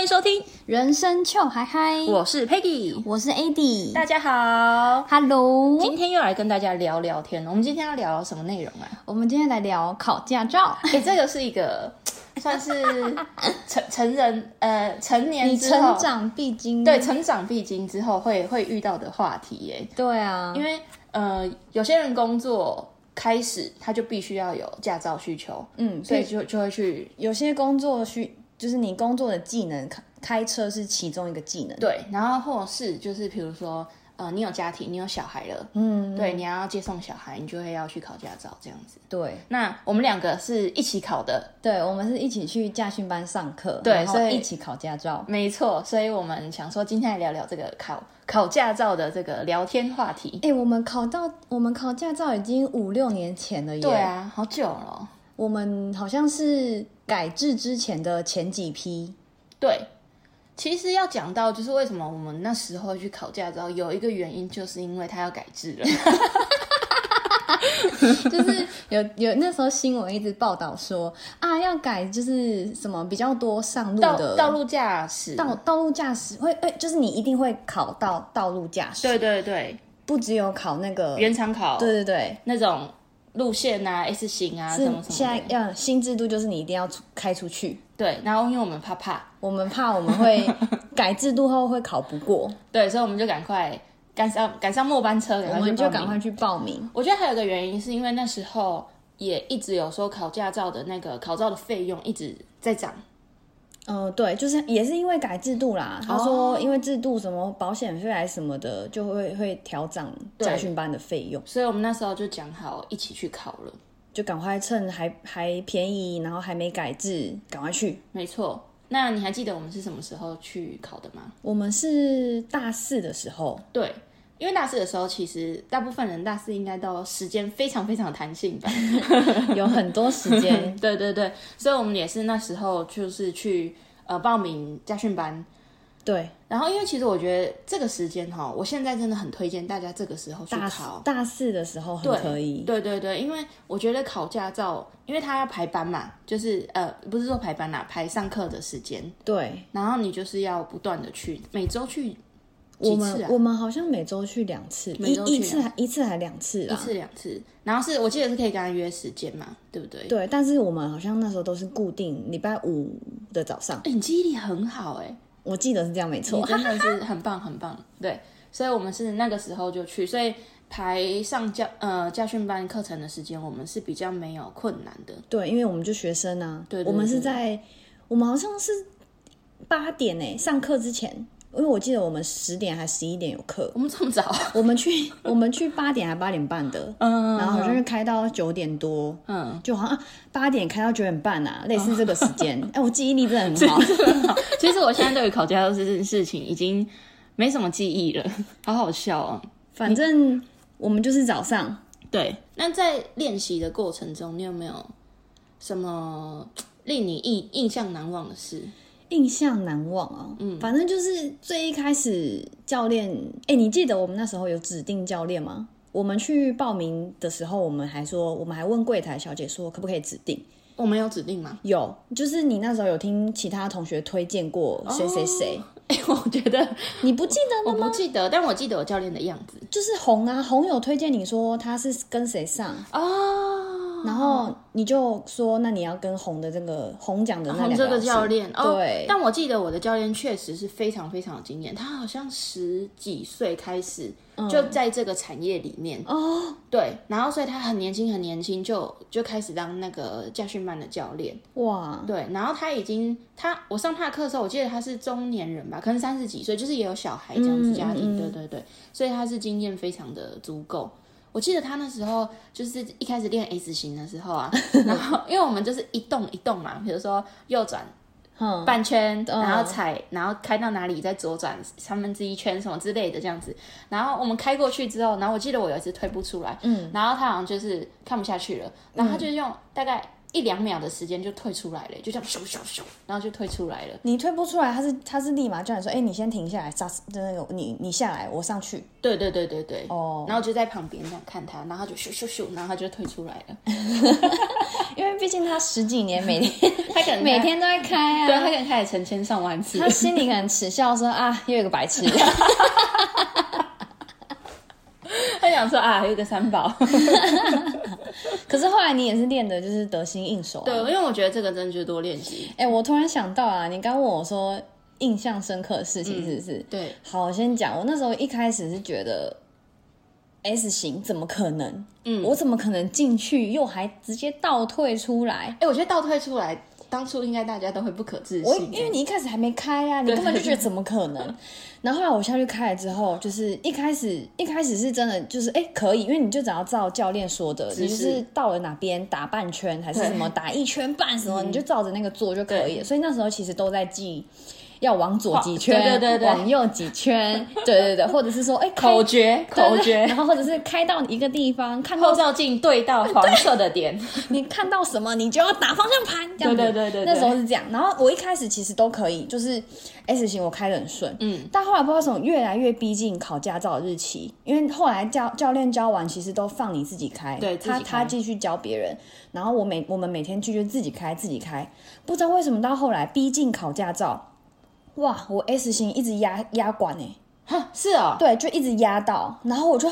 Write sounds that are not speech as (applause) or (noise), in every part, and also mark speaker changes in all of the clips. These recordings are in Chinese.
Speaker 1: 迎收听，
Speaker 2: 人生就嗨嗨，
Speaker 1: 我是 Peggy，
Speaker 2: 我是 AD，
Speaker 1: 大家好。
Speaker 2: Hello，
Speaker 1: 今天又来跟大家聊聊天，我们今天要聊什么内容
Speaker 3: (laughs)
Speaker 1: 啊？
Speaker 2: 我们今天来聊考驾照。
Speaker 1: 哎、这个是一个算是成成人呃成年
Speaker 2: 你
Speaker 3: 哦
Speaker 1: 之后
Speaker 2: 成长必经
Speaker 1: 对成长必经之后会会遇到的话题耶，
Speaker 2: 对啊，
Speaker 1: 因为呃有些人工作开始他就必须要有驾照需求，
Speaker 3: 嗯，
Speaker 1: 所
Speaker 3: 所
Speaker 1: 以
Speaker 3: 以
Speaker 1: 就就会去
Speaker 3: 有些工作需就是你工作的技能，开开车是其中一个技能。，
Speaker 1: 对，然后或者是就是比如说呃你有家庭，你有小孩了，
Speaker 3: 嗯，
Speaker 1: 对，你要接送小孩，你就会要去考驾照这样子。
Speaker 3: 对
Speaker 1: 那我们两个是一起考的，
Speaker 3: 对，我们是一起去驾训班上课，
Speaker 1: 对
Speaker 3: 然后
Speaker 1: 所以
Speaker 3: 一起考驾照。
Speaker 1: 没错，所以我们想说今天来聊聊这个考考驾照的这个聊天话题。
Speaker 3: 哎、我们考到我们考驾照已经五六年前了耶。
Speaker 1: 对，啊，好久了哦。
Speaker 3: 我们好像是改制之前的前几批。
Speaker 1: 对，其实要讲到就是为什么我们那时候去考驾照，有一个原因就是因为它要改制 (laughs) 了。
Speaker 3: 就是有 (laughs) 有那时候新闻一直报道说啊，要改就是什么比较多上路
Speaker 1: 道
Speaker 3: 的
Speaker 1: 道路驾驶，
Speaker 3: 道道路驾驶会，哎、就是你一定会考到道路驾驶，
Speaker 1: 对对对，
Speaker 3: 不只有考那个
Speaker 1: 原厂考，
Speaker 3: 对对对，
Speaker 1: 那种路线啊、S 型啊什
Speaker 3: 是
Speaker 1: 么什
Speaker 3: 现
Speaker 1: 么
Speaker 3: 在
Speaker 1: 的。
Speaker 3: 要新制度，就是你一定要出开出去。
Speaker 1: 对，然后因为我们怕怕，
Speaker 3: 我们怕我们
Speaker 1: (laughs)
Speaker 3: 会改制度后会考不过，
Speaker 1: 对，所以我们就赶快赶上赶上末班车，赶
Speaker 3: 我
Speaker 1: 快
Speaker 3: 们
Speaker 1: 去
Speaker 3: 就
Speaker 1: 报
Speaker 3: 赶
Speaker 1: 名
Speaker 3: 快去报名。
Speaker 1: 我觉得还有一个原因，是因为那时候也一直有说考驾照的那个考照的费用一直在涨。
Speaker 3: 嗯、对，就是也是因为改制度啦。他
Speaker 1: 哦
Speaker 3: 说因为制度什么保险费还是什么的，就会会调涨
Speaker 1: 对
Speaker 3: 家训班的费用，
Speaker 1: 所以我们那时候就讲好一起去考了，
Speaker 3: 就赶快趁还还便宜，然后还没改制，赶快去。
Speaker 1: 没错。那你还记得我们是什么时候去考的吗？
Speaker 3: 我们是大四的时候，
Speaker 1: 对，因为大四的时候，其实大部分人大四应该都时间非常非常弹性吧。
Speaker 3: 有很多时
Speaker 1: (laughs)
Speaker 3: 间，
Speaker 1: 对对对，所以我们也是那时候就是去呃报名家训班，
Speaker 3: 对，
Speaker 1: 然后，因为其实我觉得这个时间哈，我现在真的很推荐大家这个时候去
Speaker 3: 大四
Speaker 1: 考。
Speaker 3: 大四的时候很
Speaker 1: 对，
Speaker 3: 可以，
Speaker 1: 对对对，因为我觉得考驾照，因为他要排班嘛，就是呃，不是说排班啦，排上课的时间，
Speaker 3: 对，
Speaker 1: 然后你就是要不断的去，每周去
Speaker 3: 我
Speaker 1: 几
Speaker 3: 们、
Speaker 1: 次啊？
Speaker 3: 我们好像每周去两次，
Speaker 1: 每
Speaker 3: 一
Speaker 1: 周去
Speaker 3: 一次
Speaker 1: 两
Speaker 3: 还一次还两次
Speaker 1: 一
Speaker 3: 啦。
Speaker 1: 次两次，然后是我记得是可以跟他约时间嘛，对不对？
Speaker 3: 对，但是我们好像那时候都是固定礼拜五的早上，
Speaker 1: 哎，你记忆力很好哎、
Speaker 3: 我记得是这样，没
Speaker 1: 你 (laughs)
Speaker 3: 错。
Speaker 1: 真的是很棒很棒，对，所以我们是那个时候就去，所以排上教呃家训班课程的时间，我们是比较没有困难的。
Speaker 3: 对，因为我们就学生啊，
Speaker 1: 对对
Speaker 3: 我们是
Speaker 1: 对
Speaker 3: 在我们好像是八点诶、上课之前，因为我记得我们十点还十一点有课
Speaker 1: 我，们这么早？
Speaker 3: 我们去 (laughs) 我们去八点还八点半的，
Speaker 1: 嗯
Speaker 3: 然后好像是开到九点多，
Speaker 1: 嗯，
Speaker 3: 就好像啊八点开到九点半啊，类似这个时间。
Speaker 1: 哦
Speaker 3: (laughs) 哎、我记忆力真
Speaker 1: (laughs)
Speaker 3: 的很好。
Speaker 1: 其实我现在对于考驾照这件事情已经没什么记忆了， (laughs) 好好笑哦。
Speaker 3: 反正我们就是早上，
Speaker 1: 对，那在练习的过程中，你有没有什么令你印印象难忘的事？
Speaker 3: 印象难忘啊，嗯，反正就是最一开始教练，哎、你记得我们那时候有指定教练吗？我们去报名的时候，我们还说，我们还问柜台小姐说可不可以指定。
Speaker 1: 我没有指定吗？
Speaker 3: 有，就是你那时候有听其他同学推荐过谁谁谁，
Speaker 1: (laughs) 哎、我觉得
Speaker 3: 你不记得
Speaker 1: 我
Speaker 3: 吗？
Speaker 1: 不记得，但我记得我教练的样子
Speaker 3: 就是红啊，红有推荐你说他是跟谁上，
Speaker 1: 哦。
Speaker 3: 然后你就说那你要跟红的这个红讲的那两
Speaker 1: 红
Speaker 3: 个
Speaker 1: 这个
Speaker 3: 老师
Speaker 1: 教练哦，
Speaker 3: 对
Speaker 1: 但我记得我的教练确实是非常非常有经验，他好像十几岁开始就在这个产业里面，
Speaker 3: 嗯哦，
Speaker 1: 对，然后所以他很年轻很年轻就就开始当那个驾训班的教练，
Speaker 3: 哇，
Speaker 1: 对，然后他已经他我上他的课的时候，我记得他是中年人吧，可能三十几岁，就是也有小孩这样子
Speaker 3: 嗯
Speaker 1: 家庭，
Speaker 3: 嗯嗯
Speaker 1: 对对对，所以他是经验非常的足够。我记得他那时候就是一开始练 S 型的时候
Speaker 3: (laughs)
Speaker 1: 啊，然后因为我们就是一动一动嘛，比如说右转
Speaker 3: 哼，
Speaker 1: 半圈，
Speaker 3: 嗯
Speaker 1: 然后踩，然后开到哪里再左转三分之一圈什么之类的这样子。然后我们开过去之后，然后我记得我有一次推不出来，
Speaker 3: 嗯，
Speaker 1: 然后他好像就是看不下去了，然后他就用大概一两秒的时间就退出来了，就这样咻咻咻，然后就退出来了。
Speaker 3: 你推不出来，他是他是立马叫你说，哎、你先停下来，刹就那个你你下来，我上去。
Speaker 1: 对对对对对，
Speaker 3: 哦
Speaker 1: 然后我就在旁边这样看他，然后他就咻咻咻，然后他就退出来了。
Speaker 3: 因为毕竟他十几年每天
Speaker 1: (laughs) 他可能
Speaker 3: 每天都会开啊，
Speaker 1: 对他可能开始成千上万次
Speaker 3: 他。心里可能耻笑说啊，又有个白痴，
Speaker 1: (laughs)
Speaker 3: (laughs)
Speaker 1: 他想说啊，有一个三宝。
Speaker 3: 可是后来你也是练的，就是得心应手、啊。
Speaker 1: 对，因为我觉得这个真的就是多练习。
Speaker 3: 哎、我突然想到啊，你刚问我说印象深刻的事情是不是？
Speaker 1: 对，
Speaker 3: 好，我先讲。我那时候一开始是觉得 S 型怎么可能？
Speaker 1: 嗯
Speaker 3: 我怎么可能进去又还直接倒退出来？
Speaker 1: 哎、我觉得倒退出来，当初应该大家都会不可置
Speaker 3: 我
Speaker 1: 信。
Speaker 3: 因为你一开始还没开啊，你
Speaker 1: 对
Speaker 3: 根本就觉
Speaker 1: (laughs)
Speaker 3: 得怎么可能？然后后来我下去开了之后，就是一开始一开始是真的就是哎、可以，因为你就只要照教练说的，
Speaker 1: 姿
Speaker 3: 你就
Speaker 1: 势
Speaker 3: 是到了哪边打半圈还是
Speaker 1: 对嗯
Speaker 3: 什么打一圈半什么，你就照着那个做就可以了。所以那时候其实都在记。要往左几圈，
Speaker 1: 对对对对
Speaker 3: 往右几
Speaker 1: (laughs)
Speaker 3: 圈，对对对，或者是说，哎、开
Speaker 1: 口诀，
Speaker 3: 对
Speaker 1: 口
Speaker 3: 对
Speaker 1: 诀，
Speaker 3: 然后或者是开到一个地方，看
Speaker 1: 后
Speaker 3: 到
Speaker 1: 照镜对到黄色的点，
Speaker 3: 你看到什么，你就要打方向盘，这样子
Speaker 1: 对对对对对
Speaker 3: 那时候是这样。然后我一开始其实都可以，就是 S 型我开的很顺，
Speaker 1: 嗯，
Speaker 3: 但后来不知道怎么越来越逼近考驾照的日期，因为后来教教练教完，其实都放你自己开，
Speaker 1: 对自
Speaker 3: 他
Speaker 1: 己开
Speaker 3: 他继续教别人，然后我每我们每天去就自己开自己开，不知道为什么到后来逼近考驾照，哇，我 S 型一直压压管哎、
Speaker 1: (laughs) 哈是哦，
Speaker 3: 对，就一直压到，然后我就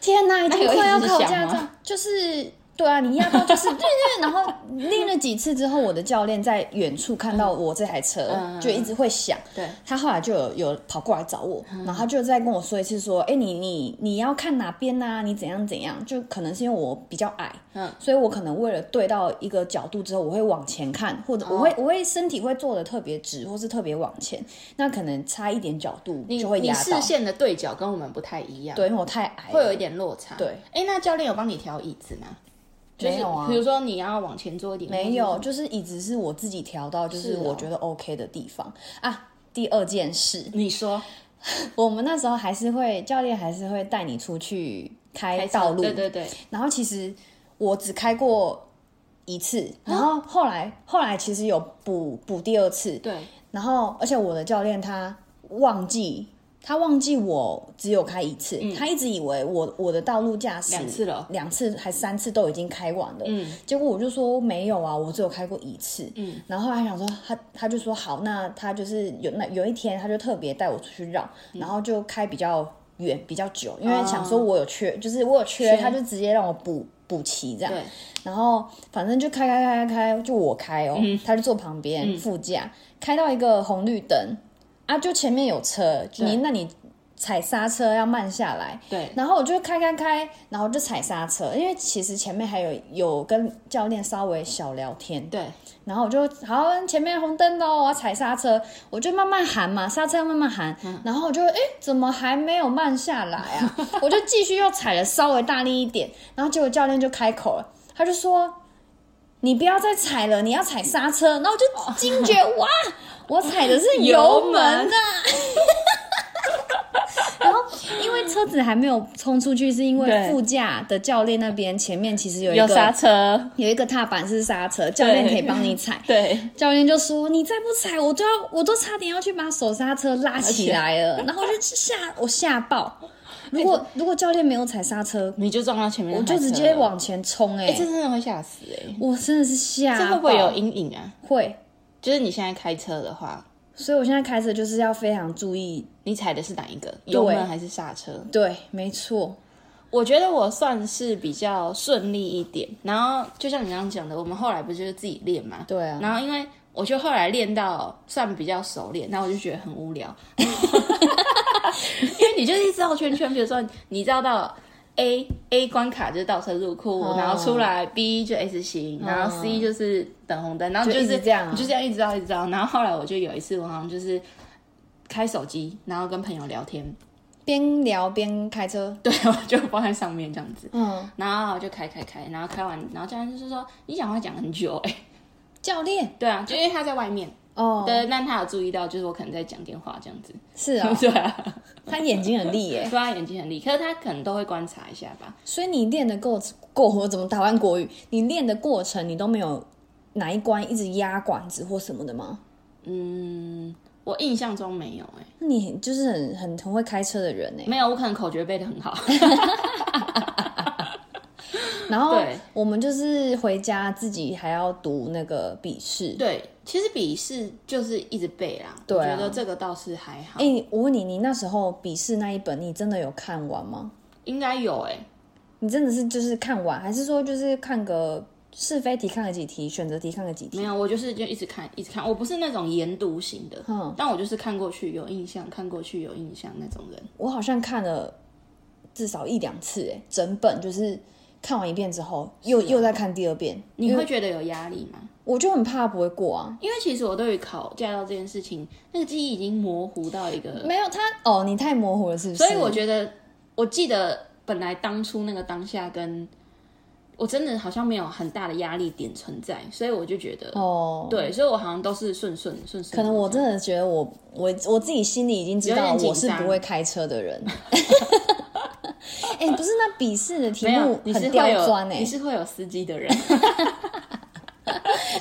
Speaker 3: 天哪，已经
Speaker 1: 那有一
Speaker 3: 快要
Speaker 1: 直
Speaker 3: 考
Speaker 1: 想
Speaker 3: 驾照
Speaker 1: 吗，
Speaker 3: 就是对啊，你压到就是 (laughs) 对对，对然后练了几次之后，我的教练在远处看到我这台车，
Speaker 1: 嗯嗯嗯
Speaker 3: 就一直会响。
Speaker 1: 对，
Speaker 3: 他后来就有有跑过来找我，
Speaker 1: 嗯
Speaker 3: 然后他就再跟我说一次说，哎、你你你要看哪边呐、你怎样怎样，就可能是因为我比较矮，
Speaker 1: 嗯
Speaker 3: 所以我可能为了对到一个角度之后，我会往前看，或者我
Speaker 1: 哦
Speaker 3: 会、我会身体会坐的特别直，或是特别往前，那可能差一点角度
Speaker 1: 你
Speaker 3: 就会
Speaker 1: 你
Speaker 3: 压到
Speaker 1: 视。线的对角跟我们不太一样，，
Speaker 3: 对，因为我太矮了，
Speaker 1: 会有一点落差。
Speaker 3: 对
Speaker 1: 哎、那教练有帮你调椅子吗？就是
Speaker 3: 没有啊
Speaker 1: 比如说你要往前坐一点，
Speaker 3: 没有，
Speaker 1: 或者是
Speaker 3: 就是椅子是我自己调到，就是是
Speaker 1: 哦
Speaker 3: 我觉得 OK 的地方、啊。第二件事，
Speaker 1: 你说
Speaker 3: 我们那时候还是会教练还是会带你出去开
Speaker 1: 开车
Speaker 3: 道路，
Speaker 1: 对对对，
Speaker 3: 然后其实我只开过一次，
Speaker 1: 啊
Speaker 3: 然后后来后来其实有补补第二次，
Speaker 1: 对，
Speaker 3: 然后而且我的教练他忘记。他忘记我只有开一次，他一直以为我我的道路驾驶
Speaker 1: 嗯两次了
Speaker 3: 两次还三次都已经开完了。
Speaker 1: 嗯
Speaker 3: 结果我就说没有啊，我只有开过一次。
Speaker 1: 嗯，
Speaker 3: 然后他想说他他就说好，那他就是有那有一天他就特别带我出去绕，
Speaker 1: 嗯
Speaker 3: 然后就开比较远比较久，因为想说我有缺，就是我有缺，
Speaker 1: 哦缺
Speaker 3: 他就直接让我补补齐这样。
Speaker 1: 对，
Speaker 3: 然后反正就开开开开开，就我开哦，他就坐旁边副驾，开到一个红绿灯啊，就前面有车，你那你踩刹车要慢下来，
Speaker 1: 对
Speaker 3: 然后我就开开开，然后就踩刹车，因为其实前面还有有跟教练稍微小聊天，
Speaker 1: 对，
Speaker 3: 然后我就好前面红灯喽，我要踩刹车，我就慢慢喊嘛，刹车要慢慢喊，
Speaker 1: 嗯
Speaker 3: 然后我就哎怎么还没有慢下来
Speaker 1: (laughs)
Speaker 3: 啊？我就继续又踩的稍微大力一点，然后结果教练就开口了，他就说你不要再踩了，你要踩刹车，然后我就惊觉哇，我踩的是油
Speaker 1: (laughs)
Speaker 3: 门啊！然后，因为车子还没有冲出去，是因为
Speaker 1: 对
Speaker 3: 副驾的教练那边前面其实有一
Speaker 1: 有
Speaker 3: 个
Speaker 1: 刹车，
Speaker 3: 有一个踏板是刹车，教练可以帮你踩。
Speaker 1: 对，
Speaker 3: 教练就说：“你再不踩，我都要，我都差点要去把手刹车拉起来了。”然后我就吓，我吓 (laughs) 爆。如果如果教练没有踩刹车，
Speaker 1: 你就撞到前面，
Speaker 3: 我就直接，往前冲、欸。
Speaker 1: 哎、这真的会吓死哎、
Speaker 3: 我真的是吓爆。
Speaker 1: 这会不会有阴影啊？
Speaker 3: 会？
Speaker 1: 就是你现在开车的话，
Speaker 3: 所以我现在开车就是要非常注意。
Speaker 1: 你踩的是哪一个？油门还是刹车？
Speaker 3: 对，没错。
Speaker 1: 我觉得我算是比较顺利一点。然后就像你刚刚讲的，我们后来不是就是自己练嘛？
Speaker 3: 对啊
Speaker 1: 然后因为我就后来练到算比较熟练，那我就觉得很无
Speaker 3: (laughs)
Speaker 1: 聊，因为你就是一直绕圈圈。比如说你绕到 A A 关卡就是倒车入库，
Speaker 3: 哦
Speaker 1: 然后出来 B 就 S 型，然后 C 就是等红灯，然后
Speaker 3: 就哦一
Speaker 1: 是
Speaker 3: 直这样啊
Speaker 1: 你就这样一直绕一直绕。然后后来我就有一次，我好像就是开手机，然后跟朋友聊天，
Speaker 3: 边聊边开车。
Speaker 1: 对我就放在上面这样子。
Speaker 3: 嗯，
Speaker 1: 然后就开开开，然后开完，然后教练就是说你讲话讲很久哎、欸， (laughs)
Speaker 3: 教练
Speaker 1: 对啊， (laughs) 就因为他在外面，
Speaker 3: 哦，
Speaker 1: 对，但他有注意到，就是我可能在讲电话这样子，
Speaker 3: 是啊、
Speaker 1: (laughs) 对啊，
Speaker 3: (laughs) 他眼睛很利耶、
Speaker 1: 对啊他眼睛很利，可是他可能都会观察一下吧，
Speaker 3: 所以你练的过过我怎么台湾国语？你练的过程，你都没有哪一关一直压管子或什么的吗？
Speaker 1: 嗯，我印象中没有哎、
Speaker 3: 那你很就是很很
Speaker 1: (laughs)
Speaker 3: 欸很会开车的人呢、
Speaker 1: 没有，我可能口诀背的很好，
Speaker 3: 然后
Speaker 1: 对
Speaker 3: 我们就是回家自己还要读那个笔试。
Speaker 1: 对，其实笔试就是一直背啦，
Speaker 3: 对
Speaker 1: 我
Speaker 3: 啊
Speaker 1: 觉得这个倒是还好，
Speaker 3: 哎、我问你，你那时候笔试那一本，你真的有看完吗？
Speaker 1: 应该有哎、
Speaker 3: 你真的是就是看完，还是说就是看个是非题看了几题，选择题看了几题？
Speaker 1: 没有，我就是就一直看，一直看。我不是那种研读型的，
Speaker 3: 嗯
Speaker 1: 但我就是看过去有印象，看过去有印象那种人。
Speaker 3: 我好像看了至少一两次，哎，整本就是看完一遍之后，又、
Speaker 1: 啊
Speaker 3: 又再看第二遍，
Speaker 1: 你会觉得有压力吗？
Speaker 3: 我就很怕不会过啊。
Speaker 1: 因为其实我对于考驾照这件事情，那个记忆已经模糊到一个，
Speaker 3: 没有他哦，你太模糊了，是不是？
Speaker 1: 所以我觉得，我记得本来当初那个当下跟。我真的好像没有很大的压力点存在，所以我就觉得，
Speaker 3: 哦，
Speaker 1: 对，所以我好像都是顺顺顺顺。
Speaker 3: 可能我真的觉得我我我自己心里已经知
Speaker 1: 有
Speaker 3: 道
Speaker 1: 点紧
Speaker 3: 我是
Speaker 1: 张
Speaker 3: 不会开车的人。 (laughs) 哎、不是那笔试的题
Speaker 1: 没有
Speaker 3: 目，
Speaker 1: 你是
Speaker 3: 很
Speaker 1: 会
Speaker 3: 刁
Speaker 1: 有
Speaker 3: 钻哎、
Speaker 1: 你是会有司机的
Speaker 3: (laughs)
Speaker 1: 人，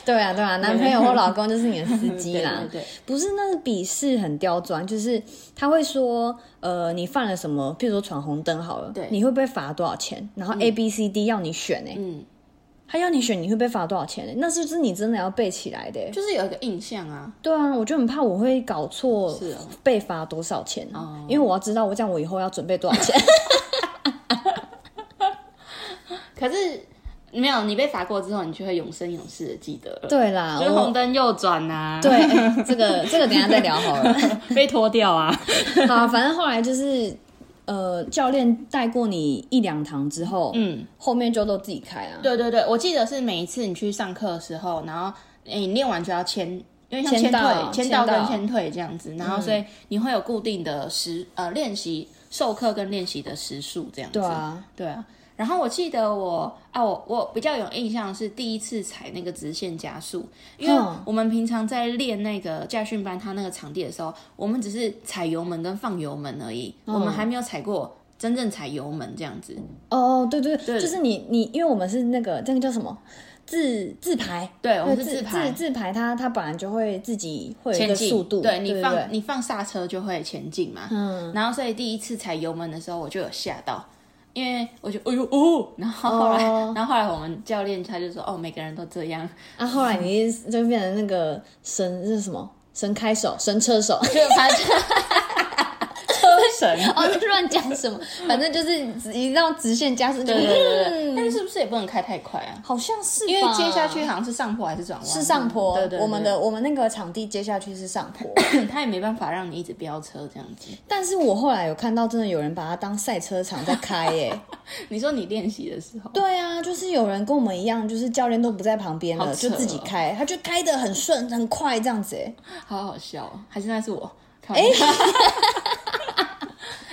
Speaker 3: 对啊对啊，男朋友或老公就是你的
Speaker 1: (laughs)
Speaker 3: 司机啦。
Speaker 1: 对对对，
Speaker 3: 不是那个笔试很刁钻，就是他会说，呃，你犯了什么，譬如说闯红灯好了，
Speaker 1: 对
Speaker 3: 你会被罚多少钱？然后 A、B、C、D 要你选哎、
Speaker 1: 嗯，
Speaker 3: 他要你选你会被罚多少钱哎、那是不是你真的要背起来的欸、
Speaker 1: 就是有一个印象啊，
Speaker 3: 对啊，我就很怕我会搞错
Speaker 1: 是哦
Speaker 3: 被罚多少钱、啊
Speaker 1: 哦
Speaker 3: 因为我要知道我这样我以后要准备多少钱。
Speaker 1: (laughs) 可是没有你被罚过之后，你就会永生永世的记得了。，
Speaker 3: 对啦，
Speaker 1: 就是红
Speaker 3: 我
Speaker 1: 灯右转呐、啊，
Speaker 3: 对、欸这个这个等一下再聊好
Speaker 1: (laughs)
Speaker 3: 了。
Speaker 1: 对， (laughs) 被拖掉啊，
Speaker 3: 好，反正后来就是呃，教练带过你一两堂之后，
Speaker 1: 嗯，
Speaker 3: 后面就都自己开啊。
Speaker 1: 对对对，我记得是每一次你去上课的时候，然后诶你练完就要签，因为像
Speaker 3: 签
Speaker 1: 签
Speaker 3: 到
Speaker 1: 退、签到
Speaker 3: 签到嗯
Speaker 1: 跟签退这样子，然后所以你会有固定的时呃练习授课跟练习的时数这样子。
Speaker 3: 对啊，
Speaker 1: 对啊。然后我记得我啊，我我比较有印象是第一次踩那个直线加速，因为
Speaker 3: 嗯
Speaker 1: 我们平常在练那个驾训班他那个场地的时候，我们只是踩油门跟放油门而已，我们
Speaker 3: 嗯
Speaker 1: 还没有踩过真正踩油门这样子。
Speaker 3: 哦，对对，对就是你你，因为我们是那个这个叫什么自自排，
Speaker 1: 对，我们是
Speaker 3: 自
Speaker 1: 自排
Speaker 3: 自自排它它本来就会自己会有一
Speaker 1: 前
Speaker 3: 个
Speaker 1: 进
Speaker 3: 速度，
Speaker 1: 对你放
Speaker 3: 对
Speaker 1: 你放刹车就会前进嘛。嗯，然后所以第一次踩油门的时候，我就有吓到，因为我就哎呦哦，然后后来、
Speaker 3: 哦
Speaker 1: 然后后来我们教练他就说哦，每个人都这样，
Speaker 3: 啊，后来你就变成那个神那是什么神开手神 (laughs) 车手，
Speaker 1: 就他就车神。
Speaker 3: (laughs) 哦乱讲什么，反正就是直一到直线加速 (laughs) 就，
Speaker 1: (laughs) 对对对对，
Speaker 3: 嗯
Speaker 1: 但是是不是也不能开太快啊？
Speaker 3: 好像是
Speaker 1: 因为
Speaker 3: 吧
Speaker 1: 接下去好像是上坡还是转弯？啊
Speaker 3: 是上坡，
Speaker 1: 对对对，
Speaker 3: 我们的我们那个场地接下去是上坡，
Speaker 1: (clears throat) 他也没办法让你一直飙车这样子。
Speaker 3: (laughs) 但是我后来有看到真的有人把它当赛车场在开耶、
Speaker 1: 你说你练习的时候，
Speaker 3: (laughs) 对啊，就是有人跟我们一样，就是教练都不在旁边
Speaker 1: 好
Speaker 3: 了，
Speaker 1: 扯
Speaker 3: 就
Speaker 1: 哦
Speaker 3: 自己开，他就开得很顺很快这样子、欸。
Speaker 1: 好好笑、哦，还是那是我？哎，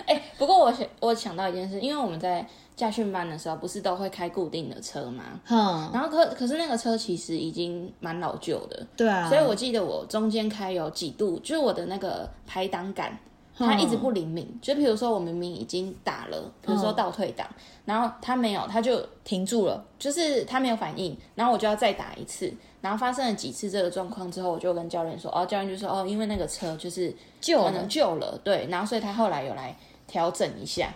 Speaker 1: 哎、不过我想我想到一件事，因为我们在驾训班的时候，不是都会开固定的车吗？
Speaker 3: 哼，
Speaker 1: 然后可可是那个车其实已经蛮老旧的，
Speaker 3: 对啊，
Speaker 1: 所以我记得我中间开有几度，就是我的那个排档杆。它一直
Speaker 3: 嗯
Speaker 1: 不灵敏，就比如说我明明已经打了，比如说倒退档，然后它没有，它就
Speaker 3: 停住了。
Speaker 1: 就是他没有反应，然后我就要再打一次，然后发生了几次这个状况之后，我就跟教练说，哦，教练就说，哦，因为那个车就是
Speaker 3: 旧
Speaker 1: 可
Speaker 3: 了
Speaker 1: 能旧了，对，然后所以他后来有来调整一下，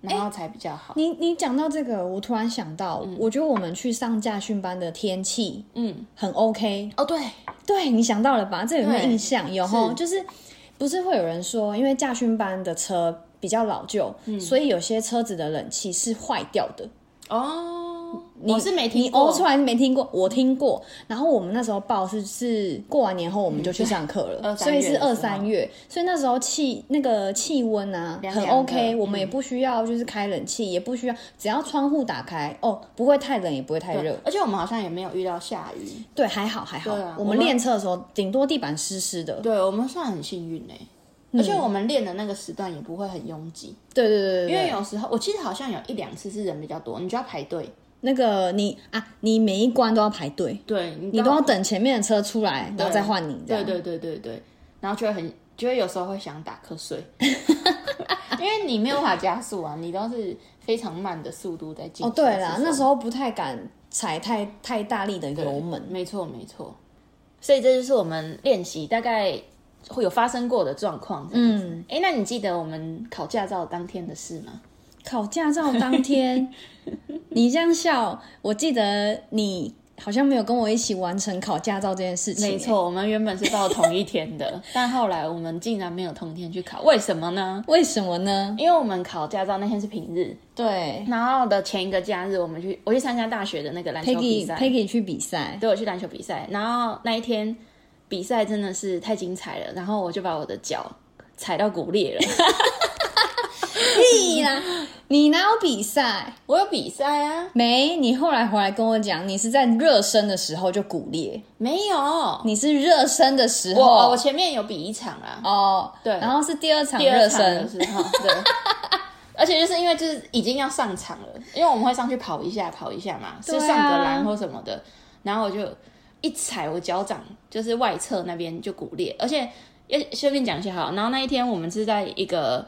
Speaker 1: 然后才比较好。
Speaker 3: 你你讲到这个，我突然想到，我觉得我们去上驾训班的天气
Speaker 1: 嗯，
Speaker 3: 很 OK。
Speaker 1: 哦，对，
Speaker 3: 对你想到了吧？这有没有
Speaker 1: 对
Speaker 3: 印象？有吼，
Speaker 1: 是
Speaker 3: 就是不是会有人说，因为驾训班的车比较老旧，
Speaker 1: 嗯
Speaker 3: 所以有些车子的冷气是坏掉的。
Speaker 1: 哦，
Speaker 3: 你
Speaker 1: 我是没听
Speaker 3: 你哦
Speaker 1: 过，
Speaker 3: 出来没听过，我听过。然后我们那时候报是是过完年后我们就去上课了，
Speaker 1: 嗯对
Speaker 3: 所以是二
Speaker 1: 二三
Speaker 3: 三月，所以那时候气那个气温啊
Speaker 1: 凉
Speaker 3: 很
Speaker 1: 凉的
Speaker 3: OK，
Speaker 1: 嗯
Speaker 3: 我们也不需要就是开冷气，也不需要只要窗户打开哦，不会太冷也不会太热，
Speaker 1: 而且我们好像也没有遇到下雨，
Speaker 3: 对，还好还好。
Speaker 1: 对啊
Speaker 3: 我
Speaker 1: 我
Speaker 3: 们
Speaker 1: 们
Speaker 3: 练车的时候顶多地板湿湿的，
Speaker 1: 对啊我们算很幸运呢、欸而且我们练的那个时段也不会很拥挤，
Speaker 3: 嗯对对对对对，
Speaker 1: 因为有时候我记得好像有一两次是人比较多，你就要排队，
Speaker 3: 那个你啊，你每一关都要排队，
Speaker 1: 对你
Speaker 3: 你
Speaker 1: 到
Speaker 3: 都要等前面的车出来，然后再换你这
Speaker 1: 对
Speaker 3: 样。
Speaker 1: 对对对对，然后就会很，就会有时候会想打瞌
Speaker 3: (laughs)
Speaker 1: 睡，因为你没有办法加速啊，你都是非常慢的速度在进
Speaker 3: 哦
Speaker 1: 行。
Speaker 3: 对啦，那时
Speaker 1: 候
Speaker 3: 候不太敢踩太太大力的油门。
Speaker 1: 没错没错，所以这就是我们练习大概会有发生过的状况。嗯，哎，那你记得我们考驾照当天的事吗？
Speaker 3: 考驾照当
Speaker 1: (laughs)
Speaker 3: 天，你这样笑，我记得你好像没有跟我一起完成考驾照这件事情、
Speaker 1: 没，错，我们原本是报同一天
Speaker 3: (laughs)
Speaker 1: 的，但后来我们竟然没有同一天去考，为什么呢？
Speaker 3: 为什么呢？
Speaker 1: 因为我们考驾照那天是平日，
Speaker 3: 对
Speaker 1: 然后的前一个假日，我们去我去参加大学的那个篮球比
Speaker 3: ，Peggy
Speaker 1: 赛
Speaker 3: Peggy 去比赛，
Speaker 1: 对我去篮球比赛，然后那一天比赛真的是太精彩了，然后我就把我的脚踩到骨裂了。 (laughs)
Speaker 3: 屁啦！ (gasps) 你哪有比赛？
Speaker 1: 我有比赛啊？
Speaker 3: 没，你后来回来跟我讲，你是在热身的时候就骨裂，
Speaker 1: 没有，
Speaker 3: 你是热身的时候，
Speaker 1: 我我前面有比一场啦，
Speaker 3: 哦，
Speaker 1: 对
Speaker 3: 然后是第二场
Speaker 1: 第二
Speaker 3: 热
Speaker 1: 场的
Speaker 3: 身，
Speaker 1: 时候，对。而且就是因为就是已经要上场了，因为我们会上去跑一下跑一下嘛，是
Speaker 3: 对啊
Speaker 1: 上个栏或什么的，然后我就一踩我脚掌就是外侧那边就骨裂，而且要顺便讲一下好，然后那一天我们是在一个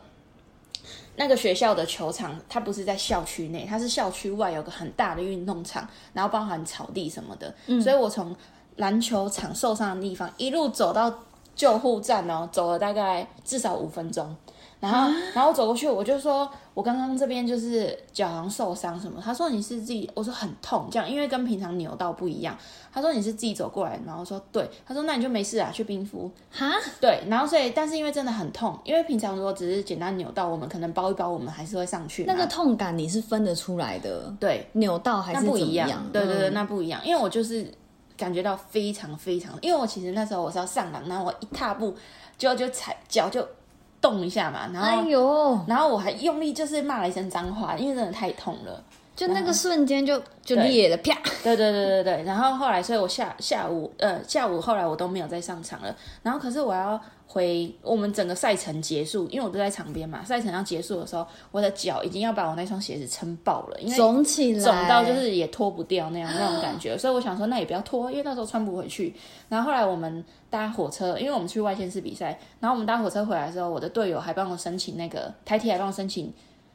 Speaker 1: 那个学校的球场，它不是在校区内，它是校区外有个很大的运动场，然后包含草地什么的，
Speaker 3: 嗯
Speaker 1: 所以我从篮球场受伤的地方一路走到救护站哦，走了大概至少五分钟。然
Speaker 3: 啊
Speaker 1: 后，然后我走过去，我就说，我刚刚这边就是脚好像受伤什么。他说你是自己，我说很痛，这样，因为跟平常扭到不一样。他说你是自己走过来的吗，然后说对。他说那你就没事啊，去冰敷。
Speaker 3: 哈，
Speaker 1: 对，然后所以，但是因为真的很痛，因为平常如果只是简单扭到，我们可能包一包，我们还是会上去嘛。
Speaker 3: 那个痛感你是分得出来的，
Speaker 1: 对，
Speaker 3: 扭到还
Speaker 1: 那
Speaker 3: 是
Speaker 1: 不
Speaker 3: 怎么
Speaker 1: 一样
Speaker 3: 样。
Speaker 1: 对对对，
Speaker 3: 嗯
Speaker 1: 那不一样，因为我就是感觉到非常非常，因为我其实那时候我是要上篮，然后我一踏步就就踩脚就动一下嘛，然后、
Speaker 3: 哎呦，
Speaker 1: 然后我还用力就是骂了一声脏话，因为真的太痛了。
Speaker 3: 就那个瞬间就就裂了，啪！
Speaker 1: 对对对对对，然后后来，所以我下下午呃下午后来我都没有再上场了。然后可是我要回我们整个赛程结束，因为我都在场边嘛，赛程要结束的时候，我的脚已经要把我那双鞋子撑爆了，因为
Speaker 3: 肿起来，
Speaker 1: 肿到就是也脱不掉那样那种感
Speaker 3: 哎
Speaker 1: 觉，所以我想说那也不要脱，因为那时候穿不回去。然后后来我们搭火车，因为我们去外县市比赛，然后我们搭火车回来的时候，我的队友还帮我申请那个台铁还帮我申请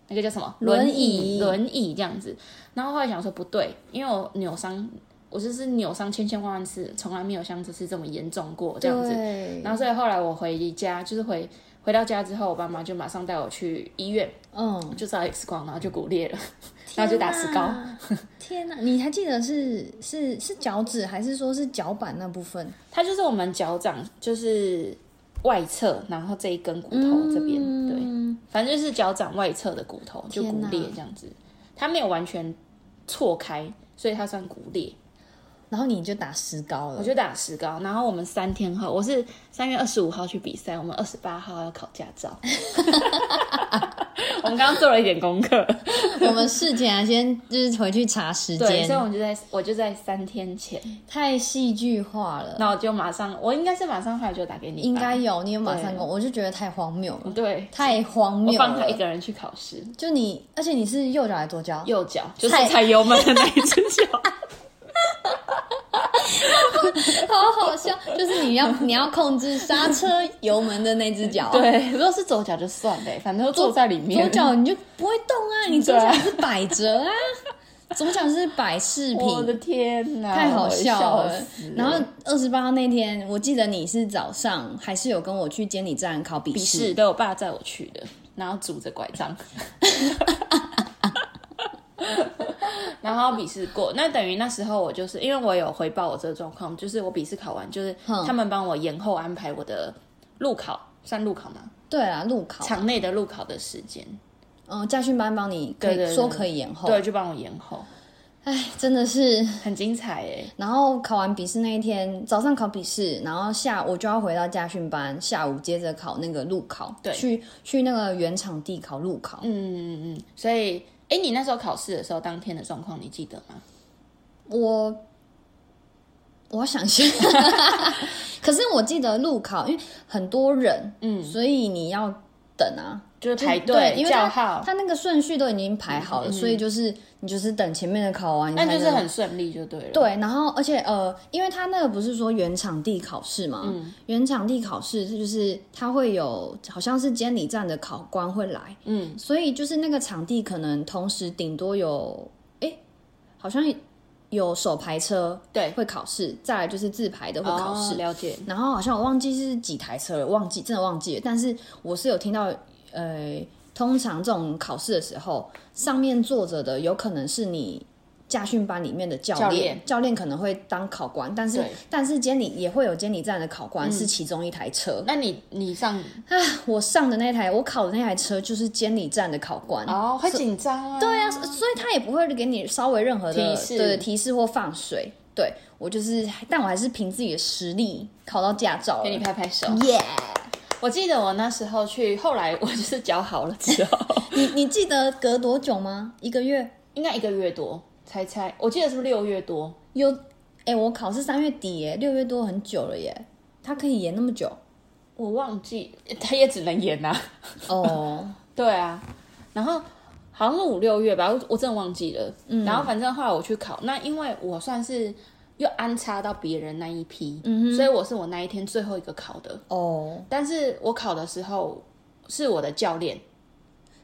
Speaker 1: 那个叫什么
Speaker 3: 轮
Speaker 1: 椅
Speaker 3: 椅
Speaker 1: 轮椅这样子。然后后来想说不对，因为我扭伤，我就是扭伤千千万万次，从来没有像这次这么严重过这样子。
Speaker 3: 对，
Speaker 1: 然后所以后来我回家，就是回回到家之后，我爸妈就马上带我去医院，
Speaker 3: 嗯，
Speaker 1: 就照 X 光，然后就骨裂了，然后就打石膏。
Speaker 3: 天哪！你还记得是是是脚趾还是说是脚板那部分？
Speaker 1: 它就是我们脚掌就是外侧，然后这一根骨头这边，对，
Speaker 3: 嗯，
Speaker 1: 反正就是脚掌外侧的骨头就骨裂这样子，它没有完全错开，所以它算骨裂。
Speaker 3: 然后你就打石膏了，
Speaker 1: 我就打石膏，然后我们三天后，我是三月二十五号去比赛，我们二十八号要考驾
Speaker 3: (laughs)
Speaker 1: 照。 (laughs) 我们刚刚做了一点功课，
Speaker 3: 我们事前啊， (laughs) 先就是回去查时
Speaker 1: 对，所以我
Speaker 3: 间，
Speaker 1: 们就在我就在三天前，
Speaker 3: 太戏剧化了。
Speaker 1: 那我就马上，我应该是马上后来就打给你吧，
Speaker 3: 应该有，你有马上
Speaker 1: 对
Speaker 3: 跟我，我就觉得太荒谬了，
Speaker 1: 对，
Speaker 3: 太荒
Speaker 1: 我
Speaker 3: 谬
Speaker 1: 放他一
Speaker 3: 了。
Speaker 1: 个人去考试，
Speaker 3: 就你，而且你是右脚还是左脚？
Speaker 1: 右脚，就是
Speaker 3: 踩
Speaker 1: 踩油门的那一只脚。
Speaker 3: (laughs) 好好笑，就是你要你要控制刹车油门的那只 (laughs) 脚，，
Speaker 1: (laughs) 对，如果是左脚就算了，反正都坐在里面。
Speaker 3: 左脚你就不会动啊，你左
Speaker 1: 对啊
Speaker 3: 脚是摆着啊，左脚是摆饰
Speaker 1: 我的
Speaker 3: 品。
Speaker 1: 天哪，
Speaker 3: 太好
Speaker 1: 我
Speaker 3: 笑了
Speaker 1: 死！
Speaker 3: 然后二十八号那天，我记得你是早上还是有跟我去监理站考笔
Speaker 1: 笔试
Speaker 3: 试，
Speaker 1: 都我爸载我去的，然后拄着拐杖， (laughs) 然后笔试过。那等于那时候我就是因为我有回报我这个状况，就是我笔试考完，就是他们帮我延后安排我的路考，算路考吗？
Speaker 3: 对啊，路考，
Speaker 1: 场内的路考的时间，
Speaker 3: 嗯，驾训班帮你可
Speaker 1: 对对
Speaker 3: 以
Speaker 1: 对
Speaker 3: 说可以延后，
Speaker 1: 对，就帮我延后，
Speaker 3: 哎，真的是
Speaker 1: 很精彩哎、
Speaker 3: 然后考完笔试那一天，早上考笔试，然后下午就要回到家训班，下午接着考那个路考，
Speaker 1: 对
Speaker 3: 去去那个原场地考路考。
Speaker 1: 嗯嗯嗯，所以，哎，你那时候考试的时候，当天的状况你记得吗？
Speaker 3: 我我要想一下， (laughs) 可是我记得路考，因为很多人，嗯，所以你要等啊，
Speaker 1: 就是排
Speaker 3: 对，
Speaker 1: 队
Speaker 3: 因为
Speaker 1: 叫
Speaker 3: 他
Speaker 1: 号，
Speaker 3: 他那个顺序都已经排好
Speaker 1: 嗯
Speaker 3: 了，所以就是你就是等前面的考完，你
Speaker 1: 但
Speaker 3: 才
Speaker 1: 就是
Speaker 3: 能
Speaker 1: 很顺利就对了。，
Speaker 3: 对，然后而且呃，因为他那个不是说原场地考试嘛，
Speaker 1: 嗯
Speaker 3: 原场地考试它就是他会有好像是监理站的考官会来，
Speaker 1: 嗯，
Speaker 3: 所以就是那个场地可能同时顶多有诶，好像有手排车
Speaker 1: 对，
Speaker 3: 会考试，再来就是自排的会考试，
Speaker 1: 哦了解。
Speaker 3: 然后好像我忘记是几台车了，忘记真的忘记了，但是我是有听到呃通常这种考试的时候，上面坐着的有可能是你驾训班里面的教
Speaker 1: 教
Speaker 3: 练
Speaker 1: 练，
Speaker 3: 教练可能会当考官，但是
Speaker 1: 对嗯
Speaker 3: 但是监理也会有监理站的考官是其中一台车。啊
Speaker 1: 那你你上
Speaker 3: 我上的那台，我考的那台车就是监理站的考官。
Speaker 1: 哦，会紧张啊。
Speaker 3: 对啊，所以他也不会给你稍微任何
Speaker 1: 提
Speaker 3: 的
Speaker 1: 示
Speaker 3: 对提示或放水。对我就是，但我还是凭自己的实力考到驾照
Speaker 1: 给你
Speaker 3: 了。
Speaker 1: 拍拍手。
Speaker 3: 耶
Speaker 1: 我记得我那时候去，后来我就是脚好了之后，
Speaker 3: 你你记得隔多久吗？一个月？
Speaker 1: 应该一个月多才猜，我记得是不是六月多？
Speaker 3: 有，哎、我考试三月底耶，六月多很久了耶，他可以延那么久
Speaker 1: 我忘记，他也只能演啊。
Speaker 3: 哦。
Speaker 1: 对啊，然后好像是五六月吧，我我真的忘记了。嗯，然后反正后来我去考，那因为我算是又安插到别人那一批，嗯，所以我是我那一天最后一个考的。
Speaker 3: 哦，
Speaker 1: 但是我考的时候是我的教练，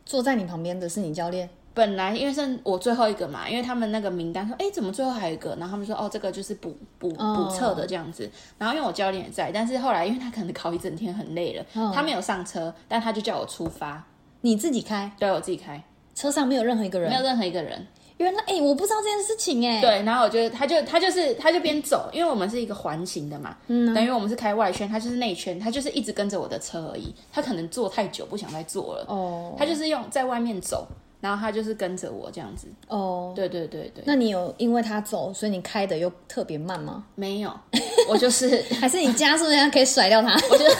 Speaker 3: 坐在你旁边的是你教练，
Speaker 1: 本来因为剩我最后一个嘛，因为他们那个名单说，哎，怎么最后还有一个？然后他们说，哦，这个就是补补补测的这样子。然后因为我教练也在，但是后来因为他可能考一整天很累了，他没有上车，但他就叫我出发，
Speaker 3: 你自己开，
Speaker 1: 对我自己开，
Speaker 3: 车上没有任何一个
Speaker 1: 没有
Speaker 3: 人。
Speaker 1: 任何一个人。
Speaker 3: 原来，哎、我不知道这件事情哎。，
Speaker 1: 对，然后我就他就他就是他就边走，因为我们是一个环形的嘛，
Speaker 3: 嗯
Speaker 1: 等于我们是开外圈，他就是内圈，他就是一直跟着我的车而已。他可能坐太久不想再坐了，
Speaker 3: 哦
Speaker 1: 他就是用在外面走，然后他就是跟着我这样子。
Speaker 3: 哦，
Speaker 1: 对对对对，
Speaker 3: 那你有因为他走，所以你开的又特别慢吗？
Speaker 1: 没有， (laughs) 我就是
Speaker 3: 还是你加速这样可以甩掉 (laughs) 他？
Speaker 1: 我就是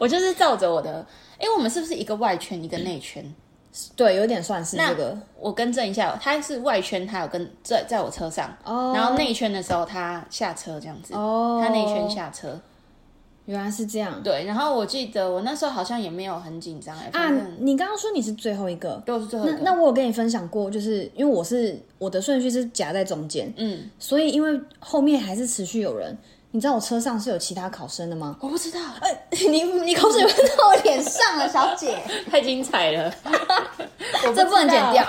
Speaker 1: 我就是照着我的，哎，我们是不是一个外圈一个内圈？
Speaker 3: 对，有点算是这个。
Speaker 1: 我更正一下，他是外圈，他有跟在在我车上，
Speaker 3: 哦
Speaker 1: 然后内圈的时候他下车这样子，
Speaker 3: 哦
Speaker 1: 他内圈下车。
Speaker 3: 原来是这样
Speaker 1: 对，然后我记得我那时候好像也没有很紧张哎，
Speaker 3: 啊
Speaker 1: 反正！
Speaker 3: 你刚刚说你是最后一个，
Speaker 1: 对我是最后一
Speaker 3: 那
Speaker 1: 个。
Speaker 3: 那我有跟你分享过，就是因为我是我的顺序是夹在中间，
Speaker 1: 嗯，
Speaker 3: 所以因为后面还是持续有人，你知道我车上是有其他考生的吗？
Speaker 1: 我不知道，
Speaker 3: 呃 (laughs) 你你口水喷到我脸上了，小姐，
Speaker 1: (laughs) 太精彩 (laughs) 了，我
Speaker 3: (laughs) 这不能
Speaker 1: 知
Speaker 3: 剪
Speaker 1: 道
Speaker 3: 掉。